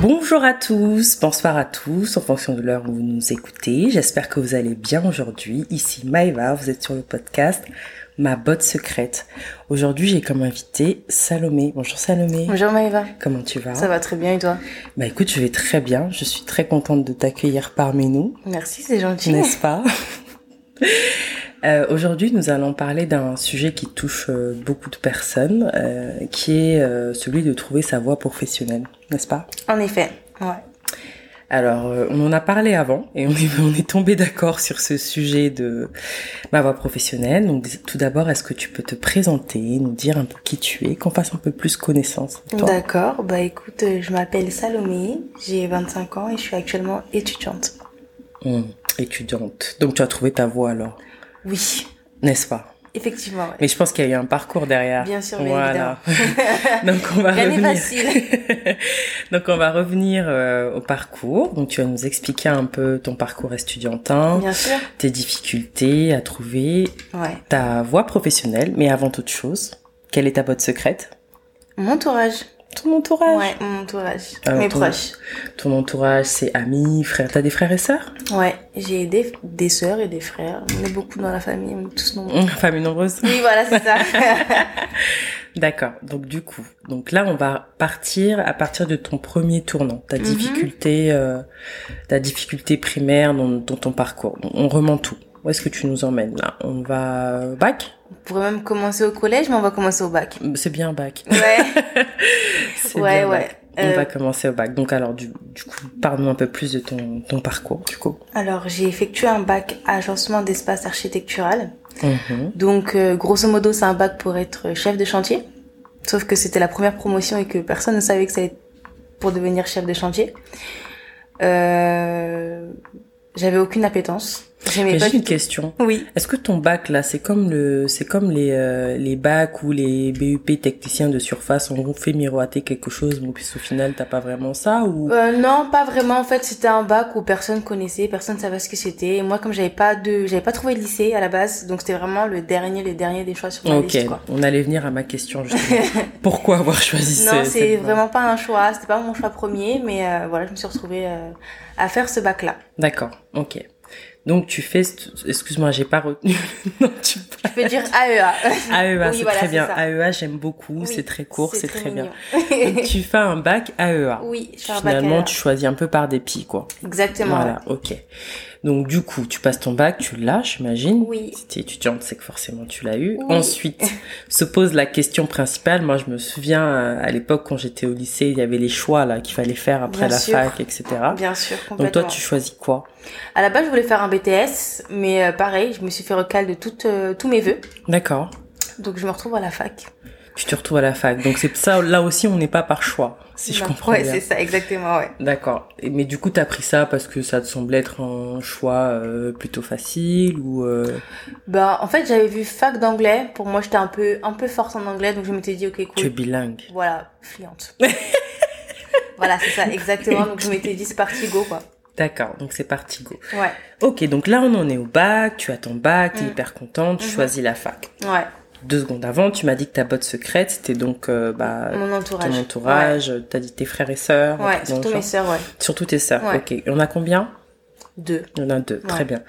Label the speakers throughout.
Speaker 1: Bonjour à tous, bonsoir à tous, en fonction de l'heure où vous nous écoutez. J'espère que vous allez bien aujourd'hui. Ici Maëva, vous êtes sur le podcast Ma botte secrète. Aujourd'hui, j'ai comme invité Salomé. Bonjour Salomé.
Speaker 2: Bonjour Maëva.
Speaker 1: Comment tu vas
Speaker 2: Ça va très bien et toi
Speaker 1: Bah écoute, je vais très bien. Je suis très contente de t'accueillir parmi nous,
Speaker 2: Merci, c'est gentil.
Speaker 1: n'est-ce pas Euh, Aujourd'hui, nous allons parler d'un sujet qui touche euh, beaucoup de personnes, euh, qui est euh, celui de trouver sa voie professionnelle, n'est-ce pas
Speaker 2: En effet. Ouais.
Speaker 1: Alors, euh, on en a parlé avant et on est, on est tombé d'accord sur ce sujet de ma voie professionnelle. Donc, tout d'abord, est-ce que tu peux te présenter, nous dire un peu qui tu es, qu'on fasse un peu plus connaissance de toi
Speaker 2: D'accord. Bah écoute, euh, je m'appelle Salomé, j'ai 25 ans et je suis actuellement étudiante.
Speaker 1: Hum, Étudiante. Donc, tu as trouvé ta voie alors,
Speaker 2: Oui,
Speaker 1: n'est-ce pas
Speaker 2: effectivement. ouais.
Speaker 1: Mais je pense qu'il y a eu un parcours derrière.
Speaker 2: Bien sûr, bien
Speaker 1: Voilà. Donc, on va
Speaker 2: Rien n'est
Speaker 1: revenir.
Speaker 2: facile.
Speaker 1: Donc, on va revenir euh, au parcours. Donc, tu vas nous expliquer un peu ton parcours estudiantin,
Speaker 2: Bien sûr.
Speaker 1: tes difficultés à trouver
Speaker 2: Ouais.
Speaker 1: ta voie professionnelle, mais avant toute chose, quelle est ta botte secrète
Speaker 2: Mon entourage.
Speaker 1: Ton entourage.
Speaker 2: Ouais, mon entourage.
Speaker 1: Alors,
Speaker 2: Mes
Speaker 1: ton-
Speaker 2: proches.
Speaker 1: Ton entourage, c'est amis, frères. T'as des frères et sœurs
Speaker 2: Ouais, j'ai des, des sœurs et des frères. On est beaucoup dans la famille, on est tous nombreux.
Speaker 1: Hum, Famille nombreuse.
Speaker 2: Oui, voilà, c'est ça.
Speaker 1: D'accord. Donc du coup, donc là, on va partir à partir de ton premier tournant, ta
Speaker 2: Mhm.
Speaker 1: difficulté, euh, ta difficulté primaire dans, dans ton parcours. Donc, on remonte tout. Où est-ce que tu nous emmènes là On va au bac
Speaker 2: on pourrait même commencer au collège, mais on va commencer au bac.
Speaker 1: C'est bien bac.
Speaker 2: Ouais,
Speaker 1: C'est
Speaker 2: ouais,
Speaker 1: bien
Speaker 2: ouais.
Speaker 1: bac. On
Speaker 2: Euh,
Speaker 1: va commencer au bac. Donc alors du, du coup, parle-nous un peu plus de ton, ton parcours du coup.
Speaker 2: Alors, j'ai effectué un bac agencement d'espace architectural.
Speaker 1: Mhm.
Speaker 2: Donc, euh, grosso modo, c'est un bac pour être chef de chantier. Sauf que c'était la première promotion et que personne ne savait que ça allait être pour devenir chef de chantier. Euh, J'avais aucune appétence. J'aimais
Speaker 1: Mais
Speaker 2: pas
Speaker 1: j'ai
Speaker 2: du
Speaker 1: une
Speaker 2: tout.
Speaker 1: question.
Speaker 2: Oui.
Speaker 1: Est-ce que ton bac là, c'est comme le, c'est comme les euh, les bacs ou les BUP techniciens de surface, on vous fait miroiter quelque chose, mais puis au final t'as pas vraiment ça ou
Speaker 2: Euh, non, pas vraiment. En fait, c'était un bac où personne connaissait, personne savait ce que c'était. Et moi, comme j'avais pas de, j'avais pas trouvé de lycée à la base, donc c'était vraiment le dernier, le dernier des choix sur ma
Speaker 1: Ok,
Speaker 2: liste, quoi.
Speaker 1: on allait venir à ma question justement. Pourquoi avoir choisi ce-
Speaker 2: Non, c'est
Speaker 1: cette voie
Speaker 2: vraiment pas un choix, c'était pas mon choix premier, mais euh, voilà, je me suis retrouvée euh, à faire ce bac-là.
Speaker 1: D'accord, ok. Donc tu fais, ce- excuse-moi, j'ai pas retenu. non, tu
Speaker 2: Je peux dire E AEA.
Speaker 1: AEA,
Speaker 2: Oui,
Speaker 1: c'est
Speaker 2: voilà,
Speaker 1: très
Speaker 2: c'est
Speaker 1: bien.
Speaker 2: ça.
Speaker 1: AEA, j'aime beaucoup, c'est très court, c'est très, bien.
Speaker 2: mignon.
Speaker 1: Donc, tu fais un bac AEA.
Speaker 2: oui, je suis un bac E
Speaker 1: Finalement,
Speaker 2: AEA.
Speaker 1: tu choisis un peu par dépit, quoi.
Speaker 2: Exactement.
Speaker 1: Voilà, ok. Donc du coup, tu passes ton bac, tu l'as, j'imagine.
Speaker 2: Oui.
Speaker 1: Si t'es étudiante, c'est que forcément tu l'as eu.
Speaker 2: Oui.
Speaker 1: Ensuite, se pose la question principale. Moi, je me souviens euh, à l'époque quand j'étais au lycée, il y avait les choix là qu'il fallait faire après
Speaker 2: Bien
Speaker 1: la
Speaker 2: sûr.
Speaker 1: fac, etc.
Speaker 2: Bien sûr,
Speaker 1: Ah. Donc
Speaker 2: complètement.
Speaker 1: toi, tu choisis quoi
Speaker 2: À la base, je voulais faire un BTS, mais euh, pareil, je me suis fait recal de toutes, euh, tous mes vœux.
Speaker 1: D'accord.
Speaker 2: Donc, je me retrouve à la fac.
Speaker 1: Tu te retrouves à la fac. Donc c'est ça. Là aussi, on n'est pas par choix, si je
Speaker 2: Non.
Speaker 1: comprends
Speaker 2: Bah, Ouais,
Speaker 1: bien.
Speaker 2: c'est ça, exactement, ouais.
Speaker 1: D'accord. Et- Mais du coup, t'as pris ça parce que ça te semblait être un choix euh, plutôt facile ou euh,
Speaker 2: Bah, en fait, j'avais vu fac d'anglais. Pour moi, j'étais un peu, un peu forte en anglais, donc je m'étais dit, ok,
Speaker 1: tu es
Speaker 2: cool.
Speaker 1: bilingue.
Speaker 2: Voilà, fliante. voilà, c'est ça, exactement. Donc, je m'étais dit, c'est parti, go, quoi.
Speaker 1: D'accord. Donc c'est parti go.
Speaker 2: Ouais,
Speaker 1: Ok, donc là on en est au bac, tu as ton bac, t'es
Speaker 2: Mm.
Speaker 1: hyper contente, tu
Speaker 2: Mhm.
Speaker 1: choisis la fac.
Speaker 2: ouais,
Speaker 1: Deux secondes avant, tu m'as dit que ta botte secrète, c'était donc euh, bah,
Speaker 2: mon entourage.
Speaker 1: ton entourage, t'as dit tes frères et sœurs.
Speaker 2: Ouais,
Speaker 1: un
Speaker 2: Ouais,
Speaker 1: truc dans le
Speaker 2: surtout
Speaker 1: genre.
Speaker 2: mes sœurs, ouais.
Speaker 1: Surtout tes sœurs,
Speaker 2: Ouais.
Speaker 1: ok. Il y en a combien
Speaker 2: Deux.
Speaker 1: Il y en a deux, très bien.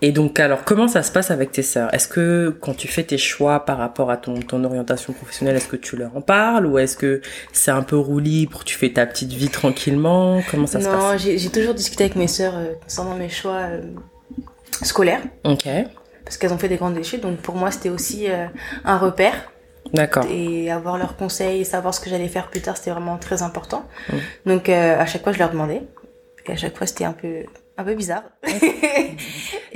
Speaker 1: Et donc alors, comment ça se passe avec tes sœurs Est-ce que quand tu fais tes choix par rapport à ton, ton orientation professionnelle, est-ce que tu leur en parles ou est-ce que c'est un peu roue libre, tu fais ta petite vie tranquillement Comment ça se passe
Speaker 2: non, j'ai j'ai toujours discuté avec mes sœurs euh, concernant mes choix euh, scolaires,
Speaker 1: Ok,
Speaker 2: parce qu'elles ont fait des grandes études, donc pour moi c'était aussi euh, un repère,
Speaker 1: d'accord.
Speaker 2: et avoir leurs conseils et savoir ce que j'allais faire plus tard, c'était vraiment très important.
Speaker 1: Mm.
Speaker 2: Donc euh, à chaque fois je leur demandais, et à chaque fois c'était un peu, un peu bizarre. Et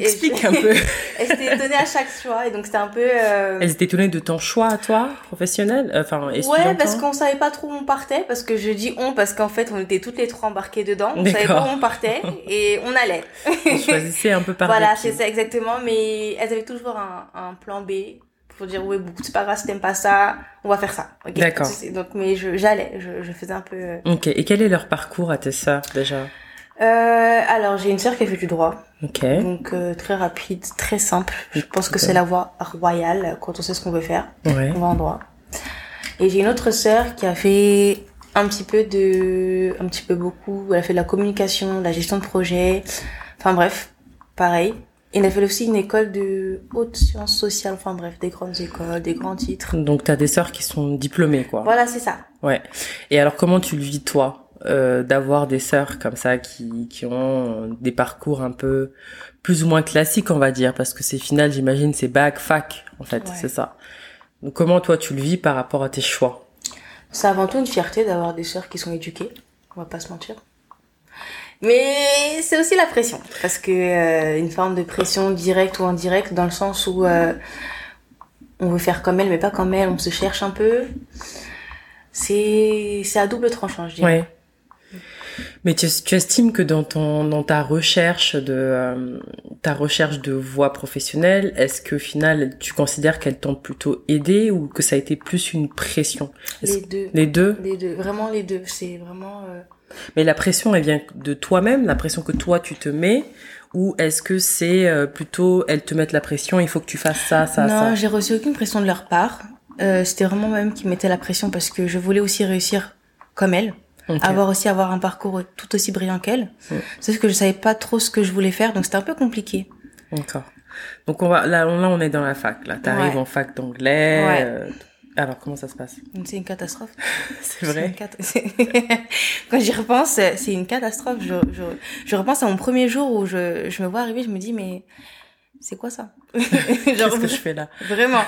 Speaker 1: Explique
Speaker 2: je-
Speaker 1: un peu.
Speaker 2: Elles étaient étonnées à chaque choix, et donc c'était un peu... euh,
Speaker 1: Elles étaient étonnées de ton choix à toi, professionnel, euh, enfin étudiantin.
Speaker 2: Ouais, parce qu'on savait pas trop où on partait, parce que je dis on, parce qu'en fait on était toutes les trois embarquées dedans, on savait pas
Speaker 1: D'accord.
Speaker 2: où on partait, et on allait.
Speaker 1: On choisissait un peu par
Speaker 2: Voilà,
Speaker 1: dépit.
Speaker 2: c'est ça exactement, mais elles avaient toujours un, un plan B pour dire ouais, bon, c'est pas grave si t'aimes pas ça, on va faire ça. ok
Speaker 1: D'accord.
Speaker 2: C'est- Donc, mais je- j'allais, je, je faisais un peu. euh.
Speaker 1: Ok, et quel est leur parcours à tes sœurs déjà
Speaker 2: Euh, alors, j'ai une sœur qui a fait du droit,
Speaker 1: Ok,
Speaker 2: donc euh, très rapide, très simple. Je pense que c'est la voie royale quand on sait ce qu'on veut faire,
Speaker 1: ouais,
Speaker 2: on va en droit. Et j'ai une autre sœur qui a fait un petit peu de, un petit peu beaucoup. Elle a fait de la communication, de la gestion de projet. Enfin bref, pareil. Et elle a fait aussi une école de haute sciences sociales. Enfin bref, des grandes écoles, des grands titres.
Speaker 1: Donc t'as des sœurs qui sont diplômées, quoi.
Speaker 2: Voilà, c'est ça.
Speaker 1: Ouais. Et alors comment tu le vis toi euh, d'avoir des sœurs comme ça qui, qui ont euh, des parcours un peu plus ou moins classiques, on va dire, parce que c'est final, j'imagine, c'est bac, fac, en fait,
Speaker 2: Ouais.
Speaker 1: c'est ça. Donc, comment toi tu le vis par rapport à tes choix
Speaker 2: C'est avant tout une fierté d'avoir des sœurs qui sont éduquées. On va pas se mentir. Mais c'est aussi la pression, parce que euh, une forme de pression directe ou indirecte, dans le sens où euh, on veut faire comme elle, mais pas comme elle, on se cherche un peu. C'est c'est à double tranchant, je dirais.
Speaker 1: Ouais. Mais tu, tu estimes que dans ton dans ta recherche de euh, ta recherche de voie professionnelle, est-ce que au final tu considères qu'elle t'ont plutôt aidé ou que ça a été plus une pression Est-ce-
Speaker 2: Les deux.
Speaker 1: Les deux.
Speaker 2: Les deux, vraiment les deux. C'est vraiment. euh,
Speaker 1: Mais la pression, elle vient de toi-même, la pression que toi tu te mets, ou est-ce que c'est euh, plutôt elles te mettent la pression, il faut que tu fasses ça, ça,
Speaker 2: non,
Speaker 1: ça.
Speaker 2: j'ai reçu aucune pression de leur part. Euh, C'était vraiment moi-même qui mettais la pression parce que je voulais aussi réussir comme elle,
Speaker 1: Ok. Mm.
Speaker 2: avoir aussi avoir un parcours tout aussi brillant qu'elle.
Speaker 1: Ouais.
Speaker 2: Sauf que je savais pas trop ce que je voulais faire, donc c'était un peu compliqué.
Speaker 1: D'accord. Donc on va là, on- là on est dans la fac. Là, t'arrives
Speaker 2: Ouais.
Speaker 1: en fac d'anglais.
Speaker 2: Ouais.
Speaker 1: euh, alors comment ça se passe
Speaker 2: Donc C'est une catastrophe.
Speaker 1: C'est
Speaker 2: C'est
Speaker 1: vrai.
Speaker 2: une cat- Quand j'y repense, euh, c'est une catastrophe. Je, je, je repense à mon premier jour où je, je me vois arriver, je me dis mais c'est quoi ça
Speaker 1: Qu'est-ce
Speaker 2: Genre,
Speaker 1: que je fais là
Speaker 2: Vraiment.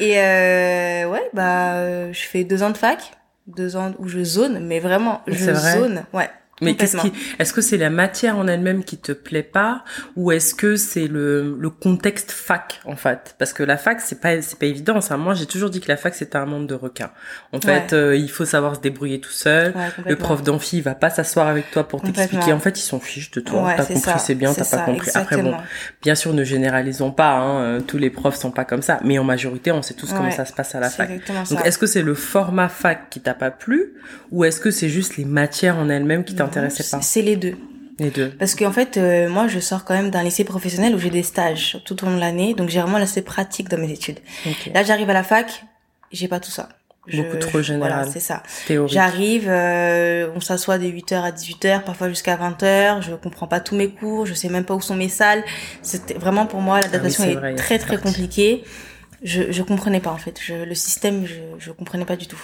Speaker 2: Et euh, ouais, bah, euh, je fais deux ans de fac, deux ans où je zone, mais vraiment, je
Speaker 1: C'est vrai
Speaker 2: zone, ouais.
Speaker 1: Mais qu'est-ce qui
Speaker 2: complètement.
Speaker 1: Est-ce que c'est la matière en elle-même qui te plaît pas, ou est-ce que c'est le, le contexte fac en fait Parce que la fac c'est pas c'est pas évident. Ça. Moi j'ai toujours dit que la fac c'était un monde de requins. En fait, euh, il faut savoir se débrouiller tout seul.
Speaker 2: Ouais,
Speaker 1: Le
Speaker 2: complètement.
Speaker 1: prof d'amphi il va pas s'asseoir avec toi pour
Speaker 2: Complètement.
Speaker 1: t'expliquer. En fait, ils s'en fichent de toi.
Speaker 2: Ouais,
Speaker 1: t'as
Speaker 2: c'est
Speaker 1: compris,
Speaker 2: ça,
Speaker 1: c'est bien. T'as
Speaker 2: c'est
Speaker 1: pas
Speaker 2: ça,
Speaker 1: compris. Après, bon,
Speaker 2: exactement.
Speaker 1: bien sûr, ne généralisons pas. Hein, euh, tous les profs sont pas comme ça. Mais en majorité, on sait tous comment
Speaker 2: Ouais,
Speaker 1: ça se passe à la
Speaker 2: C'est
Speaker 1: fac.
Speaker 2: exactement
Speaker 1: Donc,
Speaker 2: ça.
Speaker 1: est-ce que c'est le format fac qui t'a pas plu, ou est-ce que c'est juste les matières en elles-mêmes qui t'intéressaient
Speaker 2: C'est-
Speaker 1: pas
Speaker 2: C'est les deux.
Speaker 1: Les deux.
Speaker 2: Parce qu'en fait, euh, moi, je sors quand même d'un lycée professionnel où j'ai des stages tout au long de l'année, donc j'ai vraiment l'assez pratique dans mes études.
Speaker 1: Ok.
Speaker 2: Là, j'arrive à la fac, j'ai pas tout ça. Je-
Speaker 1: Beaucoup trop
Speaker 2: je- Voilà,
Speaker 1: général.
Speaker 2: c'est ça.
Speaker 1: Théorique.
Speaker 2: J'arrive, euh, on s'assoit de 8h à 18h, parfois jusqu'à 20h, je comprends pas tous mes cours, je sais même pas où sont mes salles. C'était vraiment pour moi l'adaptation
Speaker 1: Ah c'est
Speaker 2: est,
Speaker 1: vrai, il y a
Speaker 2: très
Speaker 1: cette
Speaker 2: très
Speaker 1: partie.
Speaker 2: compliquée. Je je comprenais pas en fait, je, le système je je comprenais pas du tout.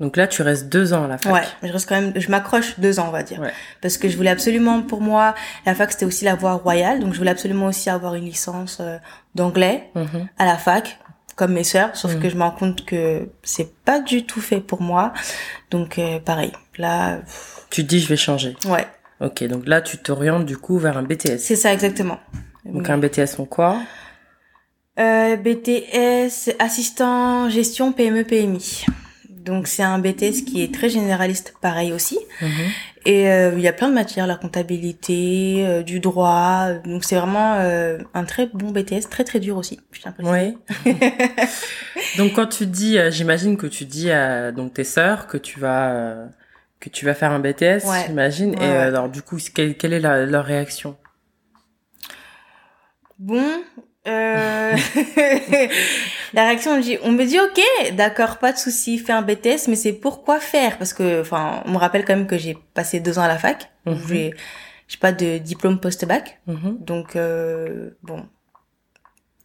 Speaker 1: Donc là, tu restes deux ans à la fac.
Speaker 2: Ouais, je reste quand même, je m'accroche deux ans on va dire,
Speaker 1: Ouais.
Speaker 2: parce que je voulais absolument pour moi la fac c'était aussi la voie royale, donc je voulais absolument aussi avoir une licence euh, d'anglais
Speaker 1: Mhm.
Speaker 2: à la fac comme mes sœurs, sauf
Speaker 1: Mhm.
Speaker 2: que je me rends compte que c'est pas du tout fait pour moi, donc euh, pareil là. pff,
Speaker 1: Tu te dis, je vais changer.
Speaker 2: Ouais,
Speaker 1: Ok. Donc là, tu t'orientes du coup vers un BTS.
Speaker 2: C'est ça, exactement.
Speaker 1: Donc un BTS en quoi
Speaker 2: Euh, BTS, assistant gestion E, PME PMI. Donc c'est un BTS qui est très généraliste, pareil aussi.
Speaker 1: Mhm.
Speaker 2: Et euh, il y a plein de matières, la comptabilité, euh, du droit. Donc c'est vraiment euh, un très bon BTS, très très dur aussi. Je tiens à préciser.
Speaker 1: Oui. donc quand tu dis, euh, j'imagine que tu dis à donc tes sœurs que tu vas euh, que tu vas faire un BTS,
Speaker 2: Ouais.
Speaker 1: j'imagine.
Speaker 2: Ouais,
Speaker 1: Et euh,
Speaker 2: ouais.
Speaker 1: alors du coup, c'est- quelle, quelle est la- leur réaction
Speaker 2: Bon. Euh... la réaction, on me dit, on me dit ok, d'accord, pas de souci, fais un BTS, mais c'est pourquoi faire Parce que, enfin, on me rappelle quand même que j'ai passé deux ans à la fac, où
Speaker 1: Mhm.
Speaker 2: j'ai, j'ai pas de diplôme post-bac,
Speaker 1: Mhm.
Speaker 2: donc euh, bon.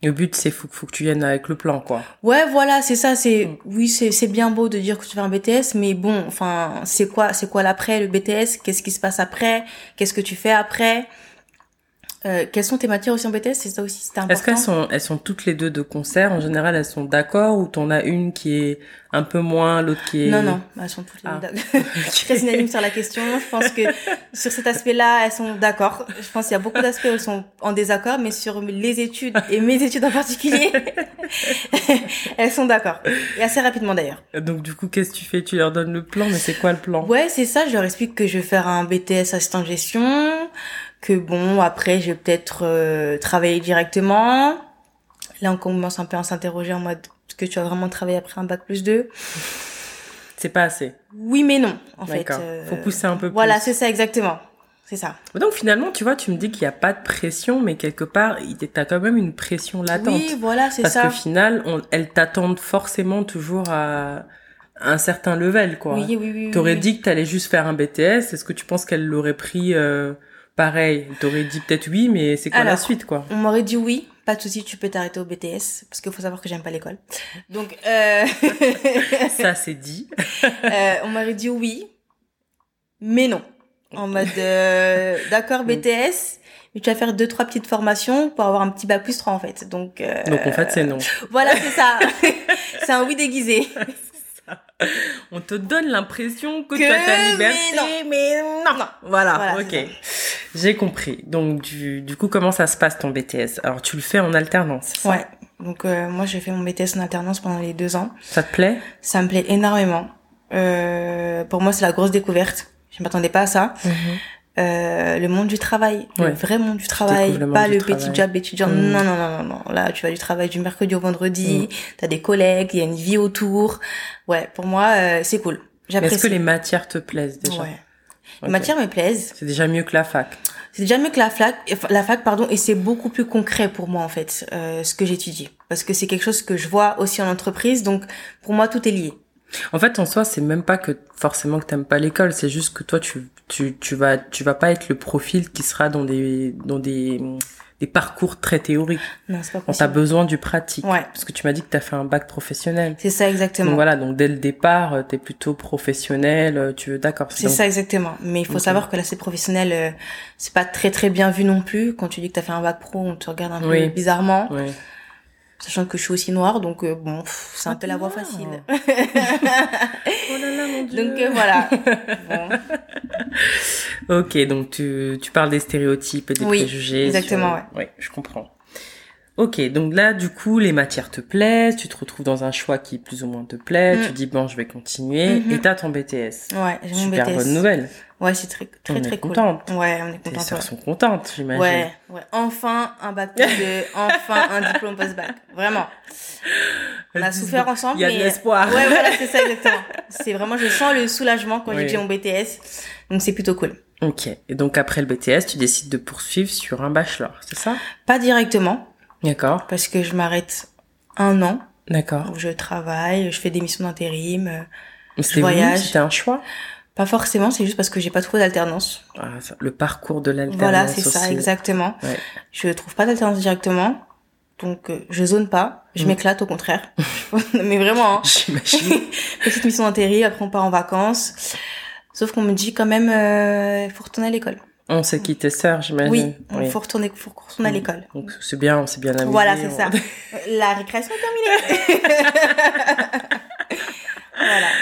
Speaker 1: Le but, c'est faut, faut que tu viennes avec le plan, quoi.
Speaker 2: Ouais, voilà, c'est ça. C'est
Speaker 1: Mm.
Speaker 2: oui, c'est c'est bien beau de dire que tu fais un BTS, mais bon, enfin, c'est quoi, c'est quoi l'après le BTS Qu'est-ce qui se passe après Qu'est-ce que tu fais après Euh, Quelles sont tes matières aussi en BTS C'est ça aussi, c'était important.
Speaker 1: Est-ce qu'elles sont elles sont toutes les deux de concert En général, elles sont d'accord ou t'en as une qui est un peu moins, l'autre qui est
Speaker 2: Non, non, elles sont toutes les
Speaker 1: Ah.
Speaker 2: deux d'accord. très unanimes sur la question. Je pense que sur cet aspect-là, elles sont d'accord. Je pense qu'il y a beaucoup d'aspects où elles sont en désaccord, mais sur les études et mes études en particulier, elles sont d'accord. Et assez rapidement d'ailleurs.
Speaker 1: Donc du coup, qu'est-ce que tu fais Tu leur donnes le plan, mais c'est quoi le plan
Speaker 2: Ouais, c'est ça. Je leur explique que je vais faire un BTS assistant de gestion, que bon, après, je vais peut-être euh, travailler directement. Là, on commence un peu à s'interroger en mode, est-ce que tu vas vraiment travailler après un bac plus 2
Speaker 1: C'est pas assez.
Speaker 2: Oui, mais non, en fait.
Speaker 1: D'accord.
Speaker 2: euh,
Speaker 1: Faut pousser un peu plus.
Speaker 2: Voilà, c'est ça exactement. C'est ça.
Speaker 1: Mais Donc finalement, tu vois, tu me dis qu'il n'y a pas de pression, mais quelque part, il- t'as quand même une pression latente.
Speaker 2: Oui, voilà, c'est
Speaker 1: Parce
Speaker 2: ça.
Speaker 1: qu'au final, on, elles t'attendent forcément toujours à un certain level, quoi.
Speaker 2: Oui, oui, oui. oui,
Speaker 1: T'aurais
Speaker 2: oui.
Speaker 1: dit que t'allais juste faire un BTS. Est-ce que tu penses qu'elle l'aurait pris euh, pareil T'aurais dit peut-être oui, mais c'est quoi la
Speaker 2: Alors.
Speaker 1: suite, quoi
Speaker 2: On m'aurait dit oui, pas de souci, tu peux t'arrêter au BTS, parce qu'il faut savoir que j'aime pas l'école. Donc, euh,
Speaker 1: Ça, c'est dit.
Speaker 2: euh, on m'aurait dit oui, mais non. En mode, euh, d'accord, BTS, mais tu vas faire deux, trois petites formations pour avoir un petit bac plus 3 en fait. Donc, euh,
Speaker 1: Donc en fait, c'est non.
Speaker 2: voilà, c'est ça. c'est un oui déguisé.
Speaker 1: On te donne l'impression que,
Speaker 2: Que,
Speaker 1: tu as ta liberté.
Speaker 2: mais non, mais non, non.
Speaker 1: Voilà,
Speaker 2: Voilà,
Speaker 1: ok.
Speaker 2: c'est
Speaker 1: J'ai compris. Donc du, du coup, comment ça se passe ton BTS Alors tu le fais en alternance. c'est ça
Speaker 2: Ouais. Donc, euh, moi, j'ai fait mon BTS en alternance pendant les deux ans.
Speaker 1: Ça te plaît
Speaker 2: Ça me plaît énormément. Euh, pour moi, c'est la grosse découverte. Je m'attendais pas à ça. Euh, le monde du travail,
Speaker 1: Ouais.
Speaker 2: le vrai monde du travail,
Speaker 1: découvres le monde
Speaker 2: pas
Speaker 1: du
Speaker 2: le
Speaker 1: travail.
Speaker 2: petit job étudiant.
Speaker 1: Mm.
Speaker 2: Non, non, non, non, non. Là, tu vas du travail du mercredi au vendredi. T'as des collègues, il y a une vie autour. Ouais, pour moi, euh, c'est cool.
Speaker 1: Mais Est-ce
Speaker 2: J'apprécie.
Speaker 1: que les matières te plaisent déjà
Speaker 2: Ouais. Les
Speaker 1: Ok.
Speaker 2: matières me plaisent.
Speaker 1: C'est déjà mieux que la fac.
Speaker 2: C'est déjà mieux que la fac, la fac pardon, et c'est beaucoup plus concret pour moi en fait, euh, ce que j'étudie, parce que c'est quelque chose que je vois aussi en entreprise. Donc pour moi, tout est lié.
Speaker 1: En fait, en soi, c'est même pas que forcément que t'aimes pas l'école, c'est juste que toi, tu, tu, tu vas, tu vas pas être le profil qui sera dans des, dans des, des parcours très théoriques.
Speaker 2: Non, c'est pas
Speaker 1: On t'a
Speaker 2: possible.
Speaker 1: besoin du pratique.
Speaker 2: Ouais,
Speaker 1: Parce que tu m'as dit que t'as fait un bac professionnel.
Speaker 2: c'est ça
Speaker 1: Donc
Speaker 2: exactement.
Speaker 1: voilà, donc dès le départ, euh, t'es plutôt professionnel, euh, tu veux, d'accord.
Speaker 2: C'est
Speaker 1: donc-
Speaker 2: ça exactement. Mais il faut
Speaker 1: Ok.
Speaker 2: savoir que là, c'est professionnel, euh, c'est pas très très bien vu non plus. Quand tu dis que t'as fait un bac pro, on te regarde un peu
Speaker 1: Oui.
Speaker 2: bizarrement,
Speaker 1: Ouais.
Speaker 2: sachant que je suis aussi noire, donc euh, bon, pff, c'est un
Speaker 1: Ah,
Speaker 2: peu la voie
Speaker 1: t'es noire.
Speaker 2: facile.
Speaker 1: Oh là là, mon Dieu.
Speaker 2: donc euh, voilà. Bon.
Speaker 1: Ok, donc tu, tu parles des stéréotypes et des
Speaker 2: Oui,
Speaker 1: préjugés.
Speaker 2: exactement,
Speaker 1: sur- Ouais, je comprends. Ok, donc là, du coup, les matières te plaisent, tu te retrouves dans un choix qui plus ou moins te plaît,
Speaker 2: Mm.
Speaker 1: tu dis bon, je vais continuer,
Speaker 2: Mhm.
Speaker 1: et t'as ton BTS.
Speaker 2: Ouais, j'ai mon
Speaker 1: Super
Speaker 2: BTS.
Speaker 1: bonne nouvelle.
Speaker 2: Ouais, c'est très très
Speaker 1: On
Speaker 2: très
Speaker 1: est
Speaker 2: cool.
Speaker 1: contente.
Speaker 2: Ouais, on est
Speaker 1: Tes
Speaker 2: contente.
Speaker 1: sœurs
Speaker 2: ouais.
Speaker 1: sont contentes, j'imagine.
Speaker 2: Ouais, ouais. Enfin un bac plus deux, enfin un diplôme post-bac. Vraiment. On
Speaker 1: Elles
Speaker 2: a
Speaker 1: disent,
Speaker 2: souffert
Speaker 1: bon,
Speaker 2: ensemble.
Speaker 1: Il y a
Speaker 2: mais...
Speaker 1: de l'espoir.
Speaker 2: Ouais, voilà, c'est ça exactement. C'est vraiment, je sens le soulagement quand
Speaker 1: Oui.
Speaker 2: j'ai j'ai mon BTS. Donc c'est plutôt cool.
Speaker 1: Ok, et donc après le BTS, tu décides de poursuivre sur un bachelor, c'est ça
Speaker 2: Pas directement,
Speaker 1: D'accord.
Speaker 2: parce que je m'arrête un an.
Speaker 1: D'accord.
Speaker 2: où je travaille, je fais des missions d'intérim. euh,
Speaker 1: Mais C'était voulu,
Speaker 2: voyage.
Speaker 1: c'était un choix.
Speaker 2: Pas forcément, c'est juste parce que j'ai pas trouvé d'alternance.
Speaker 1: Ah, ça- le parcours de l'alternance
Speaker 2: Voilà, c'est ça,
Speaker 1: aussi.
Speaker 2: exactement.
Speaker 1: Ouais.
Speaker 2: Je trouve pas d'alternance directement, donc euh, je zone pas, je
Speaker 1: Mm.
Speaker 2: m'éclate au contraire. Mais vraiment, hein.
Speaker 1: J'imagine.
Speaker 2: petite mission d'intérim, après on part en vacances. Sauf qu'on me dit quand même, euh, faut retourner à l'école.
Speaker 1: On s'est quitté sœurs, j'imagine.
Speaker 2: Oui, on
Speaker 1: Oui.
Speaker 2: faut retourner, faut retourner à
Speaker 1: Mm.
Speaker 2: l'école.
Speaker 1: Donc c'est bien, on s'est bien amusé.
Speaker 2: Voilà, c'est
Speaker 1: on-
Speaker 2: ça. La récréation est terminée. voilà.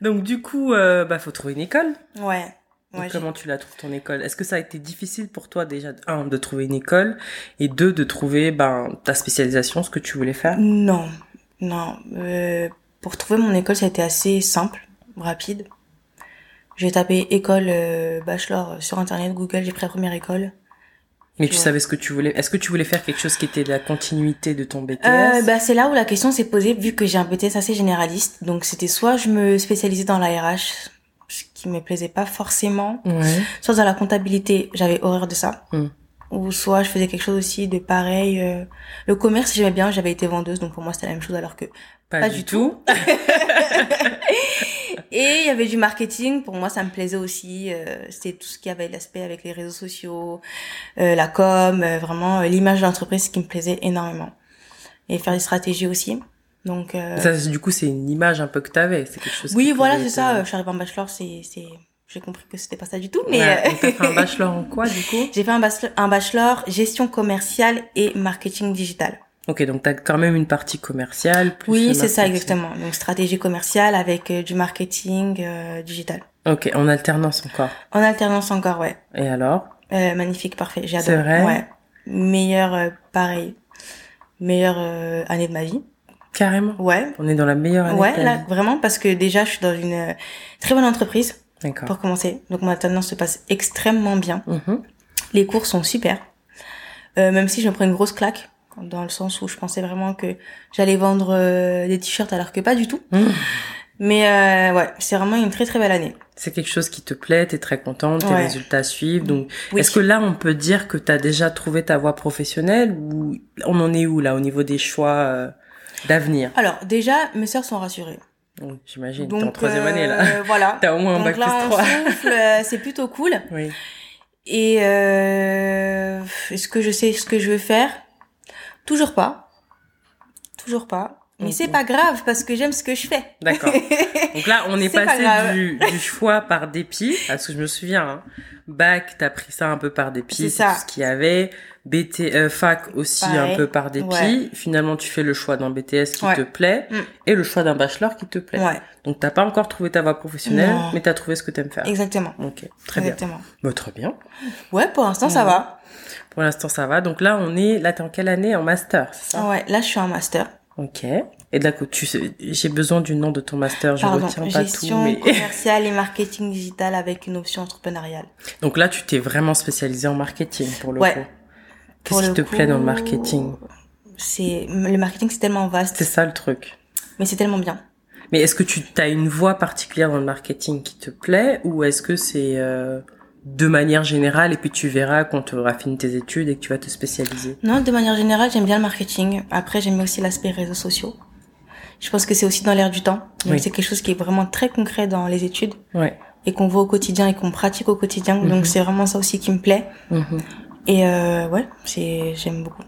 Speaker 1: Donc du coup, euh, bah faut trouver une école.
Speaker 2: Ouais.
Speaker 1: Donc,
Speaker 2: Ouais, j'ai-
Speaker 1: comment tu la trouves ton école Est-ce que ça a été difficile pour toi déjà un de trouver une école et deux de trouver ben ta spécialisation, ce que tu voulais faire
Speaker 2: Non, non. Euh, pour trouver mon école, ça a été assez simple, rapide. J'ai tapé école euh, bachelor sur internet, Google, j'ai pris la première école.
Speaker 1: Mais tu
Speaker 2: Ouais.
Speaker 1: savais ce que tu voulais. Est-ce que tu voulais faire quelque chose qui était la continuité de ton BTS
Speaker 2: Euh, bah, c'est là où la question s'est posée, vu que j'ai un BTS assez généraliste. Donc c'était soit je me spécialisais dans la RH, ce qui me plaisait pas forcément,
Speaker 1: Ouais.
Speaker 2: soit dans la comptabilité, j'avais horreur de ça.
Speaker 1: Hmm.
Speaker 2: Ou soit je faisais quelque chose aussi de pareil. euh, Le commerce, j'aimais bien, j'avais été vendeuse, donc pour moi c'était la même chose, alors que
Speaker 1: Pas,
Speaker 2: Pas
Speaker 1: du,
Speaker 2: du
Speaker 1: tout.
Speaker 2: Et il y avait du marketing, pour moi ça me plaisait aussi, euh, c'était tout ce qui avait l'aspect avec les réseaux sociaux, euh, la com, euh, vraiment euh, l'image de l'entreprise qui me plaisait énormément. Et faire des stratégies aussi. Donc euh,
Speaker 1: Ça, c'est- du coup, c'est une image un peu que t'avais. C'est quelque chose.
Speaker 2: oui,
Speaker 1: qui
Speaker 2: voilà,
Speaker 1: pouvait
Speaker 2: c'est
Speaker 1: te-
Speaker 2: ça, euh, je suis arrivée en bachelor, c'est c'est j'ai compris que c'était pas ça du tout mais
Speaker 1: Ouais.
Speaker 2: euh,
Speaker 1: Et t'as fait un bachelor en quoi, du coup
Speaker 2: j'ai fait un bachelor, un bachelor gestion commerciale et marketing digital.
Speaker 1: Ok, donc t'as quand même une partie commerciale. plus le
Speaker 2: Oui, c'est ça
Speaker 1: marketing.
Speaker 2: exactement. Donc stratégie commerciale avec euh, du marketing euh, digital.
Speaker 1: Ok, en alternance encore.
Speaker 2: En alternance encore, ouais.
Speaker 1: Et alors
Speaker 2: Euh, magnifique, parfait, j'ai
Speaker 1: C'est
Speaker 2: adoré.
Speaker 1: vrai
Speaker 2: ouais. Meilleur, euh, pareil, meilleure euh, année de ma vie.
Speaker 1: Carrément.
Speaker 2: Ouais,
Speaker 1: On est dans la meilleure année. de
Speaker 2: ouais,
Speaker 1: ta
Speaker 2: là,
Speaker 1: vie.
Speaker 2: vraiment, parce que déjà, je suis dans une euh, très bonne entreprise,
Speaker 1: D'accord.
Speaker 2: pour commencer. Donc, mon alternance se passe extrêmement bien.
Speaker 1: Mhm.
Speaker 2: Les cours sont super. Euh, même si je me prends une grosse claque, dans le sens où je pensais vraiment que j'allais vendre euh, des t-shirts, alors que pas du tout.
Speaker 1: Mhm.
Speaker 2: Mais euh, ouais, c'est vraiment une très très belle année.
Speaker 1: C'est quelque chose qui te plaît, t'es très contente, tes
Speaker 2: Ouais.
Speaker 1: résultats suivent. Donc,
Speaker 2: Oui.
Speaker 1: est-ce que là, on peut dire que t'as déjà trouvé ta voie professionnelle ou on en est où là au niveau des choix euh, d'avenir
Speaker 2: Alors, déjà, mes sœurs sont rassurées.
Speaker 1: Oui, j'imagine. T'es
Speaker 2: Donc,
Speaker 1: en troisième année, là.
Speaker 2: euh, voilà.
Speaker 1: T'as au moins un
Speaker 2: Donc
Speaker 1: bac
Speaker 2: là,
Speaker 1: plus
Speaker 2: on
Speaker 1: 3.
Speaker 2: souffle, euh, c'est plutôt cool.
Speaker 1: Oui.
Speaker 2: Et euh, est-ce que je sais ce que je veux faire Toujours pas. Toujours pas. Mais
Speaker 1: Ok.
Speaker 2: c'est pas grave parce que j'aime ce que je fais.
Speaker 1: D'accord. Donc là, on est,
Speaker 2: C'est pas
Speaker 1: passé
Speaker 2: grave.
Speaker 1: du, du choix par dépit, à ce que je me souviens. Hein. Bac, t'as pris ça un peu par dépit,
Speaker 2: C'est
Speaker 1: c'est
Speaker 2: ça.
Speaker 1: tout ce qu'il y avait. BT, euh, fac aussi
Speaker 2: Pareil.
Speaker 1: un peu par dépit.
Speaker 2: Ouais.
Speaker 1: Finalement, tu fais le choix d'un BTS qui
Speaker 2: Ouais.
Speaker 1: te plaît
Speaker 2: Mm.
Speaker 1: et le choix d'un bachelor qui te plaît.
Speaker 2: ouais,
Speaker 1: Donc t'as pas encore trouvé ta voie professionnelle,
Speaker 2: Non.
Speaker 1: mais t'as trouvé ce que t'aimes faire.
Speaker 2: exactement.
Speaker 1: Ok, très bien.
Speaker 2: exactement.
Speaker 1: Bah, très bien.
Speaker 2: Ouais, pour l'instant ça
Speaker 1: Mm.
Speaker 2: va.
Speaker 1: Pour l'instant, ça va. Donc là, on est, là, t'es en quelle année En master, c'est ça
Speaker 2: Ouais, là je suis en master.
Speaker 1: Ok. Et de la co- tu sais, j'ai besoin du nom de ton master, je
Speaker 2: Pardon,
Speaker 1: retiens pas tout,
Speaker 2: gestion
Speaker 1: mais...
Speaker 2: commerciale et marketing digital avec une option entrepreneuriale.
Speaker 1: Donc là, tu t'es vraiment spécialisée en marketing, pour le
Speaker 2: Ouais.
Speaker 1: coup.
Speaker 2: Pour
Speaker 1: Qu'est-ce qui
Speaker 2: le
Speaker 1: te plaît dans le
Speaker 2: coup,
Speaker 1: marketing
Speaker 2: C'est le marketing c'est tellement
Speaker 1: C'est
Speaker 2: vaste,
Speaker 1: ça le truc.
Speaker 2: mais c'est tellement bien.
Speaker 1: Mais est-ce que tu as une voie particulière dans le marketing qui te plaît ou est-ce que c'est euh, de manière générale et puis tu verras quand tu raffines tes études et que tu vas te spécialiser
Speaker 2: Non, de manière générale, j'aime bien le marketing. Après, j'aime aussi l'aspect réseaux sociaux. Je pense que c'est aussi dans l'air du temps. Donc,
Speaker 1: Oui.
Speaker 2: C'est quelque chose qui est vraiment très concret dans les études
Speaker 1: Ouais.
Speaker 2: et qu'on voit au quotidien et qu'on pratique au quotidien.
Speaker 1: Mhm.
Speaker 2: Donc c'est vraiment ça aussi qui me plaît.
Speaker 1: Mhm.
Speaker 2: Et euh, ouais, c'est j'aime beaucoup.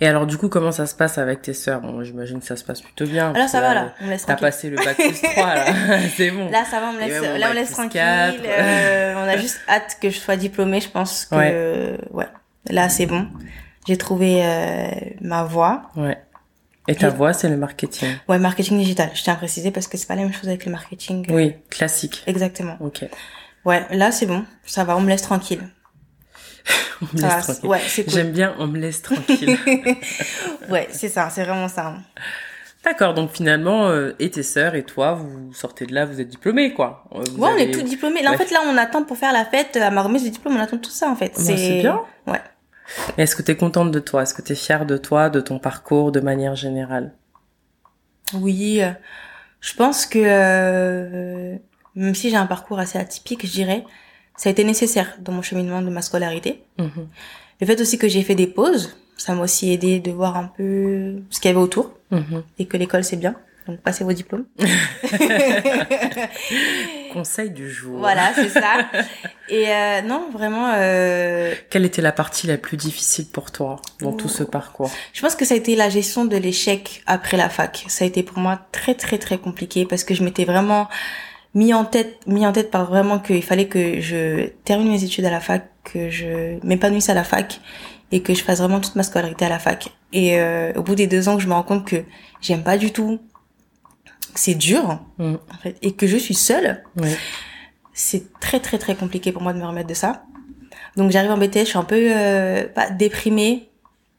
Speaker 1: Et alors du coup, comment ça se passe avec tes sœurs Bon, j'imagine que ça se passe plutôt bien.
Speaker 2: Alors
Speaker 1: parce
Speaker 2: ça
Speaker 1: que
Speaker 2: va Ah, là, on me laisse
Speaker 1: T'as
Speaker 2: tranquille.
Speaker 1: passé le bac plus 3, là. c'est bon.
Speaker 2: Là ça va, on me
Speaker 1: Et
Speaker 2: laisse,
Speaker 1: même au
Speaker 2: là on
Speaker 1: bac
Speaker 2: me laisse
Speaker 1: plus
Speaker 2: tranquille.
Speaker 1: quatre.
Speaker 2: Euh, on a juste hâte que je sois diplômée. Je pense que
Speaker 1: Ouais.
Speaker 2: ouais, là c'est bon. J'ai trouvé euh, ma voie.
Speaker 1: Ouais. Et ta voix, c'est le marketing.
Speaker 2: Ouais, marketing digital. Je tiens à préciser parce que c'est pas la même chose avec le marketing.
Speaker 1: Oui, classique.
Speaker 2: Exactement.
Speaker 1: Ok.
Speaker 2: Ouais, là c'est bon, ça va, on me laisse tranquille.
Speaker 1: On me
Speaker 2: Ça
Speaker 1: laisse
Speaker 2: va, c'est-
Speaker 1: tranquille.
Speaker 2: Ouais, c'est cool.
Speaker 1: J'aime bien, on me laisse tranquille.
Speaker 2: Ouais, c'est ça, c'est vraiment ça. hein.
Speaker 1: D'accord, donc finalement, euh, et tes sœurs et toi, vous sortez de là, vous êtes diplômés, quoi. Euh, vous
Speaker 2: Ouais, on
Speaker 1: avez-
Speaker 2: est tous diplômés. Là, en
Speaker 1: Ouais.
Speaker 2: fait, là, on attend pour faire la fête, à ma remise de diplôme, on attend tout ça, en fait.
Speaker 1: Bah, c'est bien.
Speaker 2: Ouais.
Speaker 1: Mais est-ce que t'es contente de toi Est-ce que t'es fière de toi, de ton parcours, de manière générale
Speaker 2: Oui, euh, je pense que, euh, même si j'ai un parcours assez atypique, je dirais, ça a été nécessaire dans mon cheminement de ma scolarité.
Speaker 1: Mhm.
Speaker 2: Le fait aussi que j'ai fait des pauses, ça m'a aussi aidé de voir un peu ce qu'il y avait autour.
Speaker 1: Mhm.
Speaker 2: Et que l'école, c'est bien. Donc, passez vos diplômes.
Speaker 1: Conseil du jour.
Speaker 2: Voilà, c'est ça. Et euh, non, vraiment, euh,
Speaker 1: Quelle était la partie la plus difficile pour toi dans tout ce
Speaker 2: Oh.
Speaker 1: parcours
Speaker 2: je pense que ça a été la gestion de l'échec après la fac. Ça a été pour moi très très très compliqué parce que je m'étais vraiment mis en tête, mis en tête par vraiment qu'il fallait que je termine mes études à la fac, que je m'épanouisse à la fac et que je fasse vraiment toute ma scolarité à la fac. Et euh, au bout des deux ans, que je me rends compte que j'aime pas du tout, que c'est dur
Speaker 1: Mm.
Speaker 2: en fait, et que je suis seule.
Speaker 1: Oui.
Speaker 2: c'est très très très compliqué pour moi de me remettre de ça. Donc j'arrive en BTS, je suis un peu euh, pas déprimée,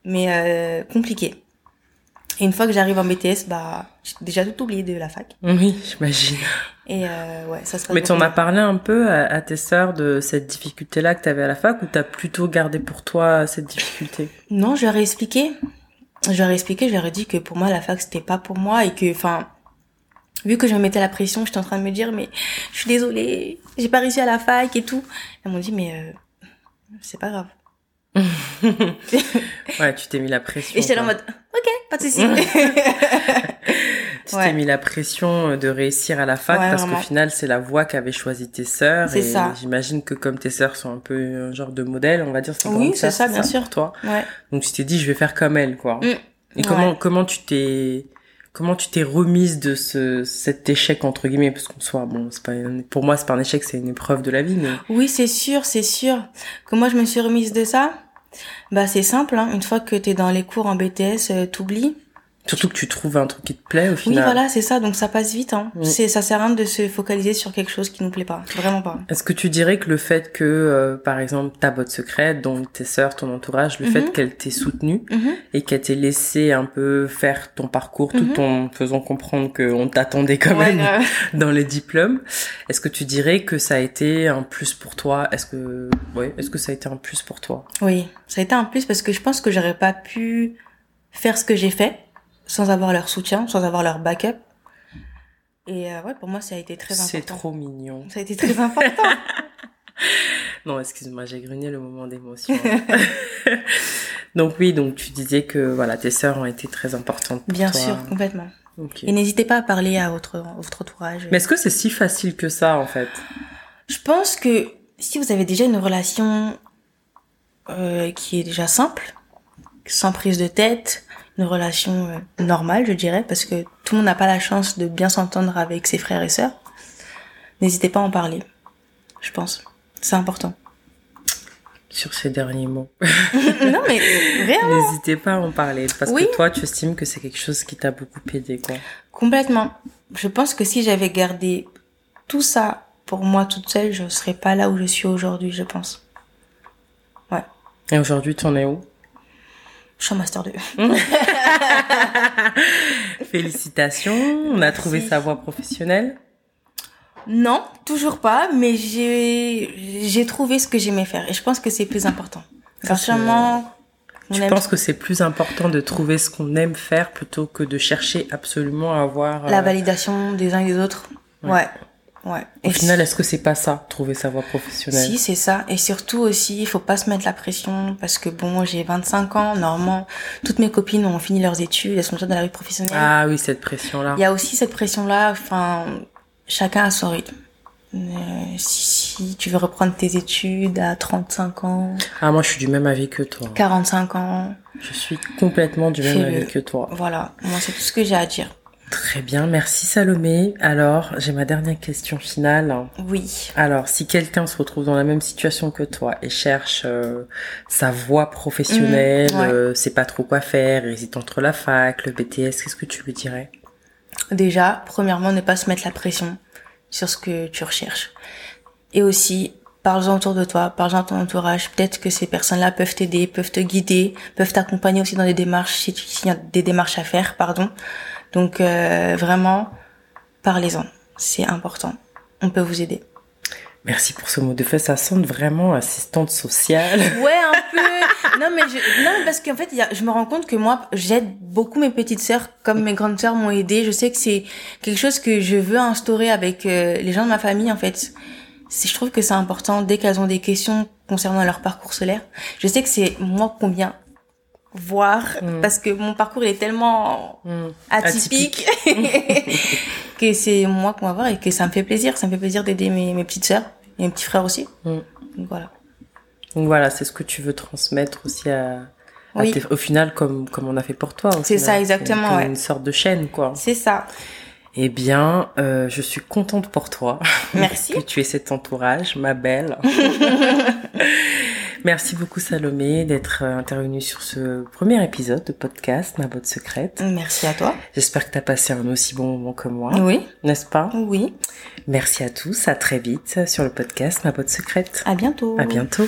Speaker 2: mais euh, compliquée. Et une fois que j'arrive en BTS, bah j'ai déjà tout oublié de la fac.
Speaker 1: Oui, j'imagine.
Speaker 2: Et euh, ouais, ça se passe
Speaker 1: Mais tu en
Speaker 2: beaucoup
Speaker 1: as parlé un peu à, à tes sœurs de cette difficulté-là que t'avais à la fac ou t'as plutôt gardé pour toi cette difficulté
Speaker 2: mieux. Non, je leur ai expliqué. Je leur ai expliqué, je leur ai dit que pour moi la fac c'était pas pour moi et que enfin vu que je me mettais la pression, j'étais en train de me dire mais je suis désolée, j'ai pas réussi à la fac et tout. Elles m'ont dit mais euh, c'est pas grave.
Speaker 1: Ouais, tu t'es mis la pression.
Speaker 2: Et j'étais là en
Speaker 1: quoi.
Speaker 2: mode OK, pas de souci.
Speaker 1: Tu
Speaker 2: Ouais.
Speaker 1: t'es mis la pression euh, de réussir à la fac
Speaker 2: Ouais,
Speaker 1: parce
Speaker 2: vraiment.
Speaker 1: qu'au final, c'est la voie qu'avaient choisi tes sœurs.
Speaker 2: C'est
Speaker 1: et
Speaker 2: ça.
Speaker 1: J'imagine que comme tes sœurs sont un peu un genre de modèle, on va dire.
Speaker 2: Oui,
Speaker 1: vraiment
Speaker 2: c'est ça, bien sûr.
Speaker 1: toi.
Speaker 2: ouais.
Speaker 1: Donc tu t'es dit, je vais faire comme elle, quoi.
Speaker 2: Mm,
Speaker 1: Et comment comment tu t'es comment tu t'es remise de ce cet échec entre guillemets parce qu'on soit bon, c'est pas un- pour moi c'est pas un échec, c'est une épreuve de la vie, mais
Speaker 2: Oui, c'est sûr, c'est sûr. Que moi, je me suis remise de ça. Bah, c'est simple, hein. Une fois que t'es dans les cours en BTS, euh, t'oublies.
Speaker 1: surtout que tu trouves un truc qui te plaît au
Speaker 2: Oui,
Speaker 1: final. Mm.
Speaker 2: voilà, c'est ça. Donc, ça passe vite, hein.
Speaker 1: Oui.
Speaker 2: C'est, ça sert à rien de se focaliser sur quelque chose qui nous plaît pas. Vraiment pas.
Speaker 1: Est-ce que tu dirais que le fait que euh, par exemple ta botte secrète, donc tes sœurs, ton entourage, le fait
Speaker 2: Mhm.
Speaker 1: qu'elle t'ait soutenue
Speaker 2: Mhm.
Speaker 1: et qu'elle t'ait laissé un peu faire ton parcours
Speaker 2: Mhm.
Speaker 1: tout en faisant comprendre qu'on t'attendait quand
Speaker 2: Ouais,
Speaker 1: même
Speaker 2: grave.
Speaker 1: dans les diplômes, est-ce que tu dirais que ça a été un plus pour toi Est-ce que ouais, est-ce que ça a été un plus pour toi
Speaker 2: Oui, ça a été un plus parce que je pense que j'aurais pas pu faire ce que j'ai fait sans avoir leur soutien, sans avoir leur backup. Et euh, ouais, pour moi, ça a été très important.
Speaker 1: C'est trop mignon.
Speaker 2: Ça a été très important.
Speaker 1: Non, excuse-moi, j'ai grugné le moment d'émotion. donc oui, donc tu disais que voilà, tes sœurs ont été très importantes pour
Speaker 2: Bien
Speaker 1: toi.
Speaker 2: sûr, complètement.
Speaker 1: Ok.
Speaker 2: Et n'hésitez pas à parler à votre, à votre entourage.
Speaker 1: Mais est-ce que c'est si facile que ça, en fait
Speaker 2: Je pense que si vous avez déjà une relation euh, qui est déjà simple, sans prise de tête, une relation euh, normale, je dirais, parce que tout le monde n'a pas la chance de bien s'entendre avec ses frères et sœurs, n'hésitez pas à en parler. Je pense. C'est important.
Speaker 1: Sur ces derniers mots.
Speaker 2: non, mais vraiment.
Speaker 1: N'hésitez pas à en parler, parce
Speaker 2: Oui.
Speaker 1: que toi, tu estimes que c'est quelque chose qui t'a beaucoup aidé, quoi.
Speaker 2: Complètement. Je pense que si j'avais gardé tout ça pour moi toute seule, je serais pas là où je suis aujourd'hui, je pense. Ouais.
Speaker 1: Et aujourd'hui, t'en es où
Speaker 2: Je suis en master 2.
Speaker 1: Félicitations, on a trouvé
Speaker 2: Merci.
Speaker 1: sa voie professionnelle.
Speaker 2: Non, toujours pas, mais j'ai, j'ai trouvé ce que j'aimais faire et je pense que c'est plus important.
Speaker 1: Ça,
Speaker 2: Car
Speaker 1: c'est-
Speaker 2: sûrement, on
Speaker 1: Tu
Speaker 2: aime-
Speaker 1: penses que c'est plus important de trouver ce qu'on aime faire plutôt que de chercher absolument à avoir... euh,
Speaker 2: la validation des uns et des autres.
Speaker 1: Ouais.
Speaker 2: Ouais. Ouais.
Speaker 1: Au
Speaker 2: Et
Speaker 1: final, est-ce que c'est pas ça, trouver sa voie professionnelle
Speaker 2: Si, c'est ça. Et surtout aussi, il faut pas se mettre la pression parce que bon, j'ai 25 ans, normalement, toutes mes copines ont fini leurs études, elles sont déjà dans la vie professionnelle.
Speaker 1: Ah oui, cette pression-là.
Speaker 2: Il y a aussi cette pression-là, enfin, chacun a son rythme. Euh, si, si tu veux reprendre tes études à 35 ans,
Speaker 1: Ah, moi, je suis du même avis que toi.
Speaker 2: 45 ans,
Speaker 1: Je suis complètement du même
Speaker 2: Fais-le.
Speaker 1: avis que toi.
Speaker 2: voilà, moi c'est tout ce que j'ai à dire.
Speaker 1: Très bien, merci Salomé. Alors, j'ai ma dernière question finale.
Speaker 2: Oui,
Speaker 1: Alors, si quelqu'un se retrouve dans la même situation que toi et cherche euh, sa voie professionnelle,
Speaker 2: Mhm, ouais.
Speaker 1: euh, sait pas trop quoi faire, hésite entre la fac, le BTS, qu'est-ce que tu lui dirais
Speaker 2: déjà, premièrement, ne pas se mettre la pression sur ce que tu recherches. Et aussi, parle-en autour de toi, parle-en à ton entourage. Peut-être que ces personnes-là peuvent t'aider, peuvent te guider, peuvent t'accompagner aussi dans des démarches, si tu- s'il y a des démarches à faire, pardon. Donc, euh, vraiment, parlez-en. C'est important. On peut vous aider.
Speaker 1: Merci pour ce mot de fait, ça sonne vraiment assistante sociale.
Speaker 2: Ouais, un peu. Non, mais je, non, mais parce qu'en fait, il y a- je me rends compte que moi, j'aide beaucoup mes petites sœurs comme mes grandes sœurs m'ont aidé. Je sais que c'est quelque chose que je veux instaurer avec euh, les gens de ma famille, en fait. C'est- Je trouve que c'est important dès qu'elles ont des questions concernant leur parcours scolaire. Je sais que c'est moi qu'on vient voir
Speaker 1: Mm.
Speaker 2: parce que mon parcours il est tellement
Speaker 1: Mhm.
Speaker 2: atypique, que c'est moi qu'on va voir et que ça me fait plaisir. Ça me fait plaisir d'aider mes, mes petites sœurs et mes petits frères aussi.
Speaker 1: Mm.
Speaker 2: Donc voilà.
Speaker 1: Donc voilà, c'est ce que tu veux transmettre aussi à... à
Speaker 2: Oui.
Speaker 1: Ah, tes- au final, comme, comme on a fait pour toi. au
Speaker 2: C'est
Speaker 1: final.
Speaker 2: ça, exactement,
Speaker 1: Comme
Speaker 2: ouais.
Speaker 1: une sorte de chaîne, quoi.
Speaker 2: C'est ça.
Speaker 1: Eh bien, euh, je suis contente pour toi
Speaker 2: Merci.
Speaker 1: que tu aies cet entourage, ma belle. Merci beaucoup Salomé d'être euh, intervenue sur ce premier épisode de podcast Ma botte secrète.
Speaker 2: Merci à toi.
Speaker 1: J'espère que tu as passé un aussi bon moment que moi,
Speaker 2: Oui,
Speaker 1: n'est-ce pas
Speaker 2: oui.
Speaker 1: Merci à tous, à très vite sur le podcast Ma botte secrète.
Speaker 2: À bientôt.
Speaker 1: À bientôt.